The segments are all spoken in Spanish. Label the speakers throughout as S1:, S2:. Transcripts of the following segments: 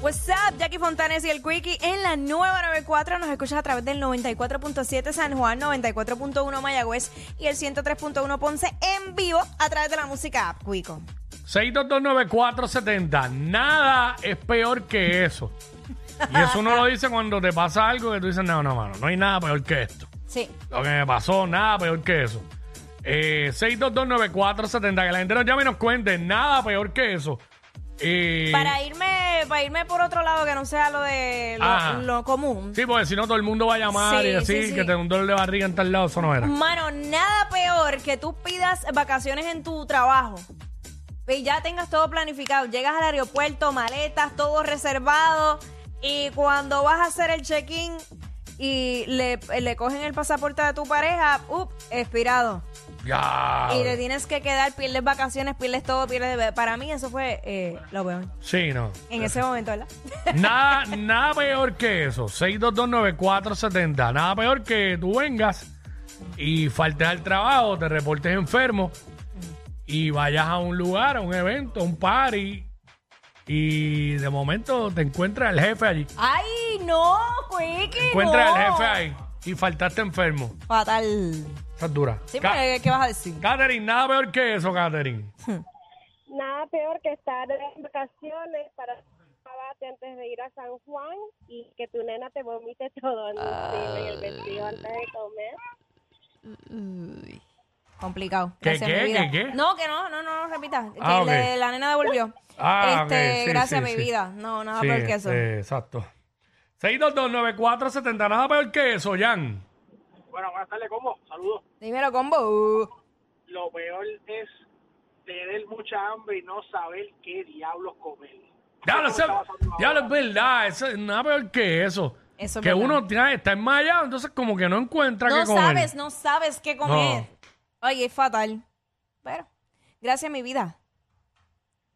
S1: What's up, Jackie Fontanes y el Quickie en la nueva 94. Nos escuchas a través del 94.7 San Juan, 94.1 Mayagüez y el 103.1 Ponce en vivo a través de la música app, Cuico.
S2: 6229470. Nada es peor que eso. Y eso uno lo dice cuando te pasa algo que tú dices, no, no, mano, no hay nada peor que esto.
S1: Sí.
S2: Lo que me pasó, nada peor que eso. Eh, 6229470, que la gente nos llame y nos cuente, nada peor que eso. Eh,
S1: Para irme, para irme por otro lado que no sea lo de
S2: Ajá.
S1: lo, lo común.
S2: Sí, porque si no todo el mundo va a llamar
S1: Sí,
S2: y decir
S1: sí, sí.
S2: que te da un dolor de barriga en tal lado, eso no era.
S1: Mano, nada peor que tú pidas vacaciones en tu trabajo. Y ya tengas todo planificado. Llegas al aeropuerto, maletas, todo reservado. Y cuando vas a hacer el check-in y le, le cogen el pasaporte de tu pareja, ¡up! expirado.
S2: Ya.
S1: Y te tienes que quedar, pierdes vacaciones, pierdes todo, pierdes... Para mí eso fue eh, lo peor.
S2: Sí, no.
S1: En ese momento, ¿verdad?
S2: Nada, nada peor que eso. 6229470. Nada peor que tú vengas y faltes al trabajo, te reportes enfermo y vayas a un lugar, a un evento, a un party y de momento te encuentras el jefe allí.
S1: ¡Ay, no, Quickie!
S2: Encuentras
S1: no!
S2: el jefe ahí y faltaste enfermo.
S1: Fatal.
S2: Esa es dura.
S1: Sí, pues.
S2: Ca-
S1: pero ¿qué vas a decir?
S2: Catherine, nada peor que eso, Catherine.
S3: Nada peor que estar en vacaciones para lavarte antes de ir a San Juan y que tu nena te vomite todo en encima y el vestido antes de comer.
S1: Complicado.
S2: ¿Qué,
S1: Gracias,
S2: qué,
S1: mi vida.
S2: qué, qué?
S1: No, que no, no, no, repita. Que
S2: Ah,
S1: el de-
S2: ok.
S1: la nena devolvió.
S2: Ah,
S1: este,
S2: ok, sí,
S1: gracias,
S2: sí,
S1: mi
S2: sí.
S1: vida. No, nada
S2: Sí,
S1: peor que eso.
S2: eh, exacto. 6229470. Nada peor que eso, Jan.
S4: Bueno, buenas tardes, ¿cómo? Saludos.
S1: Dímelo, combo.
S4: Lo peor es tener mucha hambre y no saber qué diablos comer.
S2: Ya lo
S4: Eso
S2: sé,
S4: me está pasando
S2: ya lo es
S4: ahora.
S2: verdad, eso es nada peor que eso.
S1: Eso es
S2: que
S1: verdad.
S2: uno tiene, está enmayado, entonces como que no encuentra qué
S1: No
S2: comer.
S1: sabes, no sabes qué comer. Ay, es fatal. Pero, gracias, mi vida.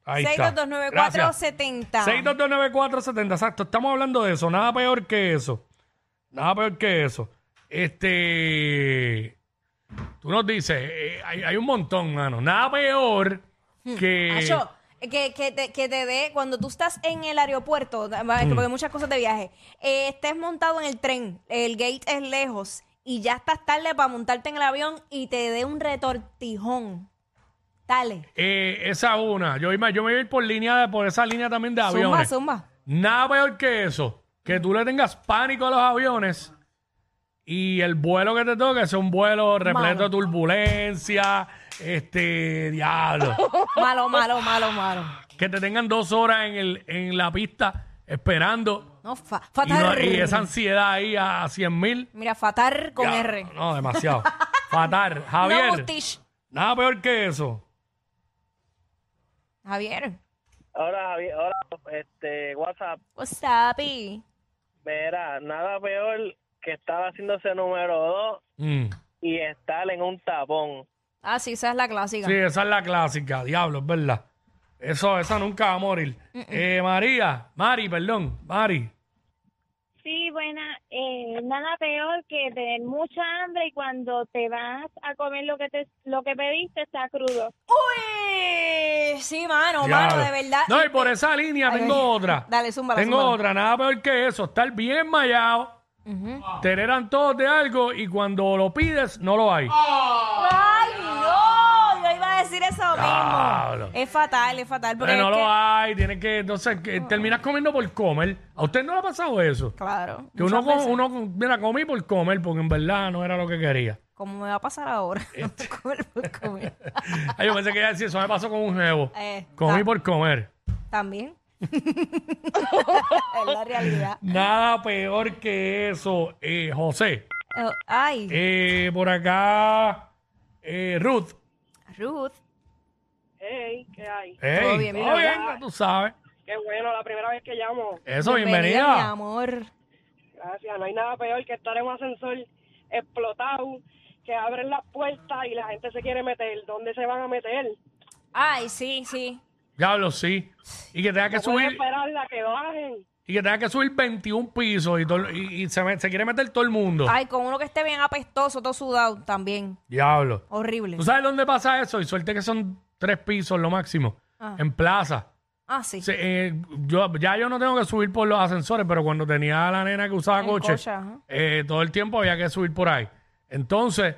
S2: Ahí está.
S1: 6229470.
S2: 6229470, exacto. Estamos hablando de eso, nada peor que eso. Nada peor que eso. Este. Tú nos dices, eh, hay, hay un montón, mano. Nada peor que.
S1: Hmm. Acho, que, que te, que te dé, cuando tú estás en el aeropuerto, da-
S2: Mm.
S1: va, porque hay muchas cosas de viaje, eh, estés montado en el tren, el gate es lejos y ya estás tarde para montarte en el avión y te dé un retortijón. Dale.
S2: Eh, esa una. Yo, iba- yo me voy a ir por línea de, por esa línea también de
S1: Zumba,
S2: aviones.
S1: zumba.
S2: Nada peor que eso. Que tú le tengas pánico a los aviones y el vuelo que te toque sea un vuelo repleto
S1: Malo.
S2: de turbulencia, este, diablo.
S1: Malo, malo, malo, malo.
S2: que te tengan dos horas en, el, en la pista esperando
S1: No, fa-
S2: y, no-
S1: fatal.
S2: y esa ansiedad ahí a 100 mil.
S1: Mira, fatal con R.
S2: No, demasiado. Fatal.
S1: No,
S2: Javier,
S1: Bustish.
S2: nada peor que eso.
S1: Javier.
S5: Ahora, Javi- ahora, este, WhatsApp,
S1: What's up, pi?
S5: verá, nada peor que estar haciéndose número dos
S2: Mm.
S5: y estar en un tapón.
S1: Ah, sí, esa es la clásica.
S2: Sí, esa es la clásica, diablo, es verdad. Eso, esa nunca va a morir. Eh, María, Mari, perdón, Mari.
S3: Sí, buena. Eh, nada peor que tener mucha hambre y cuando te vas a comer lo que te lo que pediste está crudo.
S1: Uy, sí, mano, mano,
S2: Diablo.
S1: de verdad. este,
S2: No, y por esa línea
S1: Ay,
S2: tengo
S1: ay.
S2: otra.
S1: Dale, zúmbala,
S2: Tengo
S1: zúmbala.
S2: otra, nada peor que eso. Estar bien mallado,
S1: Ujú.
S2: tener antojos de algo y cuando lo pides no lo hay.
S1: ¡Ay, no! Yo iba a decir eso mismo.
S2: Diablo.
S1: Es fatal, es fatal. Porque
S2: Pero no
S1: es
S2: lo
S1: que-
S2: hay, tienes que, entonces, que terminas comiendo por comer. ¿A usted no le ha pasado eso?
S1: Claro.
S2: Que
S1: muchas
S2: uno, com-
S1: veces.
S2: uno com- mira, comí por comer porque en verdad no era lo que quería.
S1: Como me va a pasar ahora.
S2: Este.
S1: Por comer, por comer.
S2: Ay, yo pensé que iba a decir, eso me pasó con un jevo.
S1: Eh,
S2: comí
S1: ta-
S2: por comer.
S1: También. es la realidad.
S2: Nada peor que eso, eh, José.
S1: Eh, Ay,
S2: Eh, por acá, eh, Ruth.
S1: Ruth.
S5: Hey, ¿qué hay?
S2: Ey,
S1: Todo bien,
S2: todo
S1: mira,
S2: bien,
S1: hola.
S2: tú sabes.
S5: Qué bueno, la primera vez que llamo.
S2: Eso,
S1: Mi
S2: bienvenida.
S1: amor.
S5: Gracias, no hay nada peor que estar en un ascensor explotado, que abren las puertas y la gente se quiere meter. ¿Dónde se van a meter?
S1: Ay, sí, sí.
S2: Diablo, sí. Y que tenga que subir,
S5: esperarla que bajen.
S2: y que tenga que subir 21 pisos y, todo- y- y se, me- se quiere meter todo el mundo.
S1: Ay, con uno que esté bien apestoso, todo sudado también.
S2: Diablo.
S1: Horrible.
S2: ¿Tú sabes dónde pasa eso? Y suerte que son tres pisos lo máximo.
S1: Ah.
S2: En plaza.
S1: Ah, sí.
S2: Sí, eh, yo, ya yo no tengo que subir por los ascensores, pero cuando tenía a la nena que usaba
S1: En
S2: coche,
S1: coche, ajá.
S2: eh, todo el tiempo había que subir por ahí. Entonces,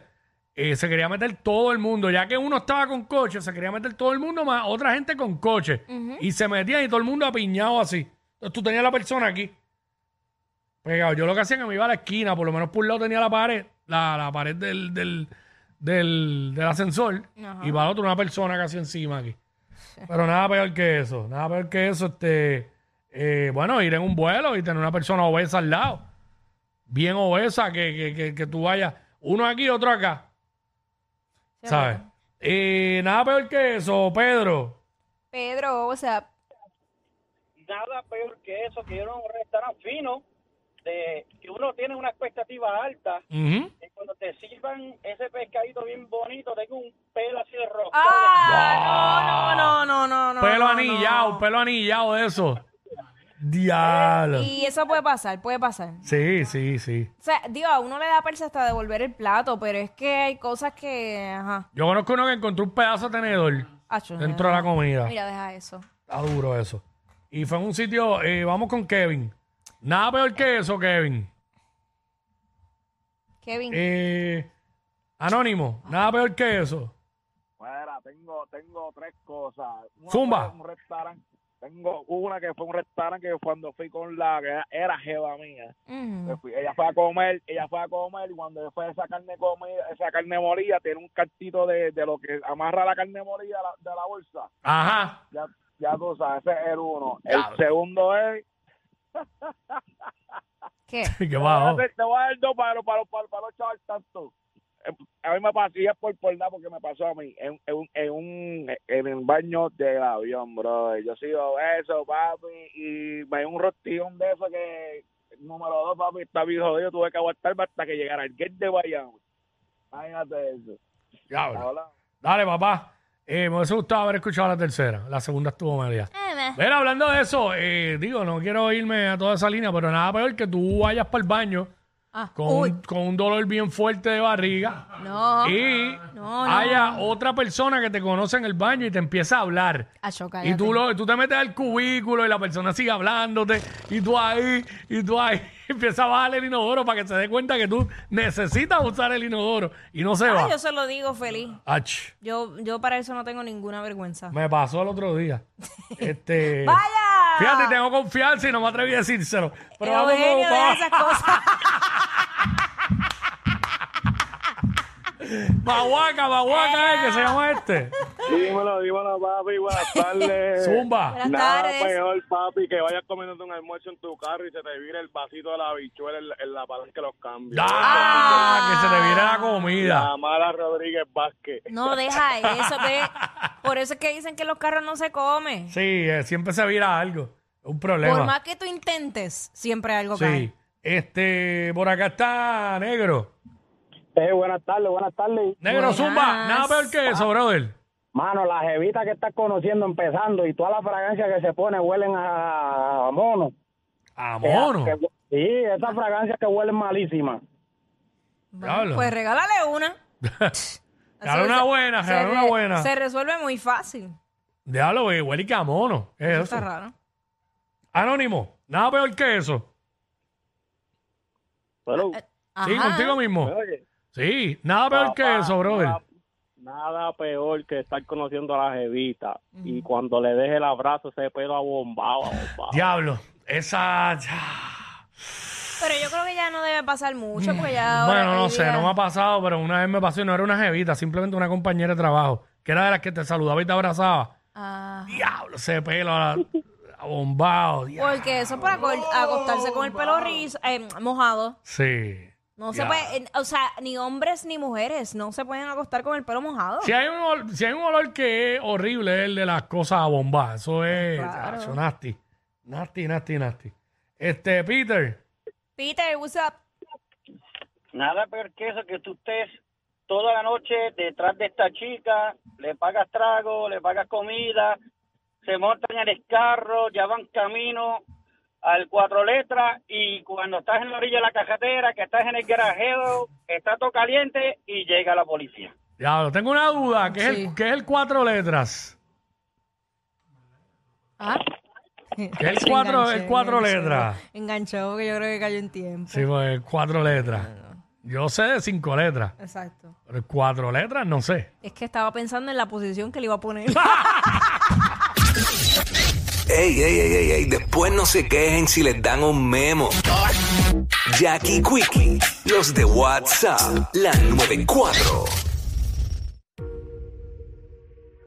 S2: eh, se quería meter todo el mundo. Ya que uno estaba con coche, se quería meter todo el mundo más otra gente con coche. Y se metían y todo el mundo apiñado así. Entonces tú tenías la persona aquí. Pegado. Yo lo que hacía es que me iba a la esquina, por lo menos por un lado tenía la pared, la, la pared del, del, del, del ascensor, y para el otro una persona casi encima aquí. Pero nada peor que eso, nada peor que eso, este, eh, bueno, ir en un vuelo y tener una persona obesa al lado, bien obesa, que, que, que, que tú vayas, uno aquí, otro acá, ¿sabes? Eh, nada peor que eso, Pedro.
S1: Pedro, o sea,
S5: nada peor que eso, que yo era un restaurante fino, de, que uno tiene una expectativa alta,
S2: Ujú.
S5: y cuando te sirvan ese pescadito bien bonito, tengo un pelo así de rosado.
S1: Ah, no, no, no, no, no.
S2: pelo
S1: no,
S2: anillado,
S1: no.
S2: pelo anillado de eso. Diablo.
S1: Y eso puede pasar, puede pasar.
S2: Sí, sí, sí.
S1: O sea, digo, a uno le da persa hasta devolver el plato, pero es que hay cosas que, ajá,
S2: Yo conozco uno que encontró un pedazo de tenedor
S1: acho,
S2: dentro de la comida.
S1: Mira, deja eso.
S2: Está duro eso. Y fue en un sitio, eh, vamos con Kevin. Nada peor que eso, Kevin.
S1: Kevin,
S2: Eh, anónimo, nada peor que eso.
S6: Mira, tengo, tengo tres cosas. Una
S2: Zumba.
S6: fue un restaurante. Tengo una que fue un restaurante que cuando fui con la que era jeva mía.
S1: mm,
S6: me fui- ella fue a comer, ella fue a comer y cuando yo fui a esa carne comida, esa carne molida, tiene un cartito de, de lo que amarra la carne molida a la- de la bolsa.
S2: Ajá.
S6: Ya, ya tú sabes, ese es el uno.
S2: Diablo.
S6: El segundo es,
S1: ¿qué?
S2: ¿Qué
S6: te voy a
S2: bajo?
S6: hacer- te voy a dar dos para, para, para, para los chavos tanto. Eh, A mí me pasó, y es por por nada porque me pasó a mí, en, en, un- en un en el baño del avión, bro. Yo sigo eso, papi, y me dio un rostillón de eso que, número dos, papi, está bien jodido, tuve que aguantarme hasta que llegara el gate de Bayamo. Imagínate eso.
S2: Diablo.
S6: Hola.
S2: Dale, papá. Eh, me hubiese gustado haber escuchado la tercera. La segunda estuvo media. Pero hablando de eso, eh, digo, no quiero irme a toda esa línea, pero nada peor que tú vayas para el baño
S1: Ah,
S2: con,
S1: uy,
S2: un, con un dolor bien fuerte de barriga.
S1: no,
S2: y
S1: No, no.
S2: haya otra persona que te conoce en el baño y te empieza a hablar.
S1: acho,
S2: Y
S1: cállate.
S2: tú, lo, tú te metes al cubículo y la persona sigue hablándote y tú ahí, y tú ahí empiezas a bajar el inodoro para que se dé cuenta que tú necesitas usar el inodoro y no se
S1: Ah,
S2: va.
S1: yo se lo digo feliz.
S2: Ach,
S1: Yo, yo para eso no tengo ninguna vergüenza.
S2: me pasó el otro día. este,
S1: ¡Vaya!
S2: Fíjate, tengo confianza y no me atreví a decírselo. Pero vamos,
S1: Eugenio,
S2: vamos,
S1: deja
S2: vamos.
S1: esas cosas.
S2: Mahuaca, Mahuaca, ¿eh? que se llama este.
S6: Dímelo, dímelo, papi, buenas tardes.
S2: Zumba.
S1: Buenas
S6: Nada
S1: tardes.
S6: peor, papi, que vayas comiéndote un almuerzo en tu carro y se te vire el vasito de la bichuela en, la- en la palanca de los cambios.
S2: Ah, que se te viene la comida.
S6: La mala Rodríguez Vázquez.
S1: No, deja eso. ve. Por eso es que dicen que los carros no se comen.
S2: Sí, eh, siempre se vira algo. Un problema.
S1: Por más que tú intentes, siempre algo
S2: Sí.
S1: cae.
S2: Este, por acá está Negro.
S7: Eh, buenas tardes, buenas tardes.
S2: Negro
S1: Buenas.
S2: Zumba, nada peor que eso, brother.
S7: Mano, la jevita que estás conociendo empezando y toda la fragancia que se pone huelen a, a mono.
S2: A mono.
S7: Que- sí, esas fragancias que huelen malísimas.
S1: Bueno,
S2: Diablo.
S1: pues regálale una.
S2: Regala
S1: Eso
S2: una
S1: se-
S2: buena,
S1: se
S2: regala una
S1: re-
S2: buena.
S1: Se resuelve muy fácil.
S2: Déjalo, güey, huele que a mono. ¿Qué
S1: Eso
S2: es
S1: está
S2: eso?
S1: raro.
S2: Anónimo, nada peor que eso.
S6: Pero,
S2: Sí,
S1: Ajá.
S2: contigo mismo.
S6: oye,
S2: Sí, nada peor que
S6: papá,
S2: eso, brother.
S6: Nada, nada peor que estar conociendo a la jevita y
S1: Ujú.
S6: cuando le deje el abrazo ese pelo abombado, abombado.
S2: Diablo, esa. ya.
S1: Pero yo creo que ya no debe pasar mucho porque ya ahora
S2: Mm. Bueno, no
S1: hoy
S2: sé,
S1: día-
S2: no me ha pasado, pero una vez me pasó y no era una jevita, simplemente una compañera de trabajo, que era de las que te saludaba y te abrazaba.
S1: Ah,
S2: Diablo, ese pelo a- abombado. diablo.
S1: porque eso para acol- acostarse con el pelo rizo, eh, mojado.
S2: Sí.
S1: No se
S2: Ya.
S1: puede, eh, o sea, ni hombres ni mujeres no se pueden acostar con el pelo mojado.
S2: Si hay, un olor, si hay un olor que es horrible, es el de las cosas a bomba. Eso es
S1: Claro.
S2: eso es nasty. Nasty, nasty, nasty. Este, Peter.
S1: Peter, what's up?
S5: Nada peor que eso, que tú estés toda la noche detrás de esta chica, le pagas trago, le pagas comida, se montan en el carro, ya van camino al cuatro letras y cuando estás en la orilla de la cajetera, que estás en el garajeo, está todo caliente y llega la policía.
S2: Diablo, tengo una duda. ¿Qué, es,
S1: Sí.
S2: el, qué es el cuatro letras?
S1: Ah.
S2: El
S1: Se
S2: cuatro-
S1: enganchó,
S2: el cuatro
S1: enganchó.
S2: letras.
S1: Enganchó porque yo creo que cayó en tiempo.
S2: Sí, pues cuatro letras. Yo sé de cinco letras,
S1: Exacto.
S2: pero cuatro letras no sé.
S1: Es que estaba pensando en la posición que le iba a poner.
S8: Ey, ey, ey, ey, ey, después no se quejen si les dan un memo. Jackie Quickie, los de WhatsApp, la 94.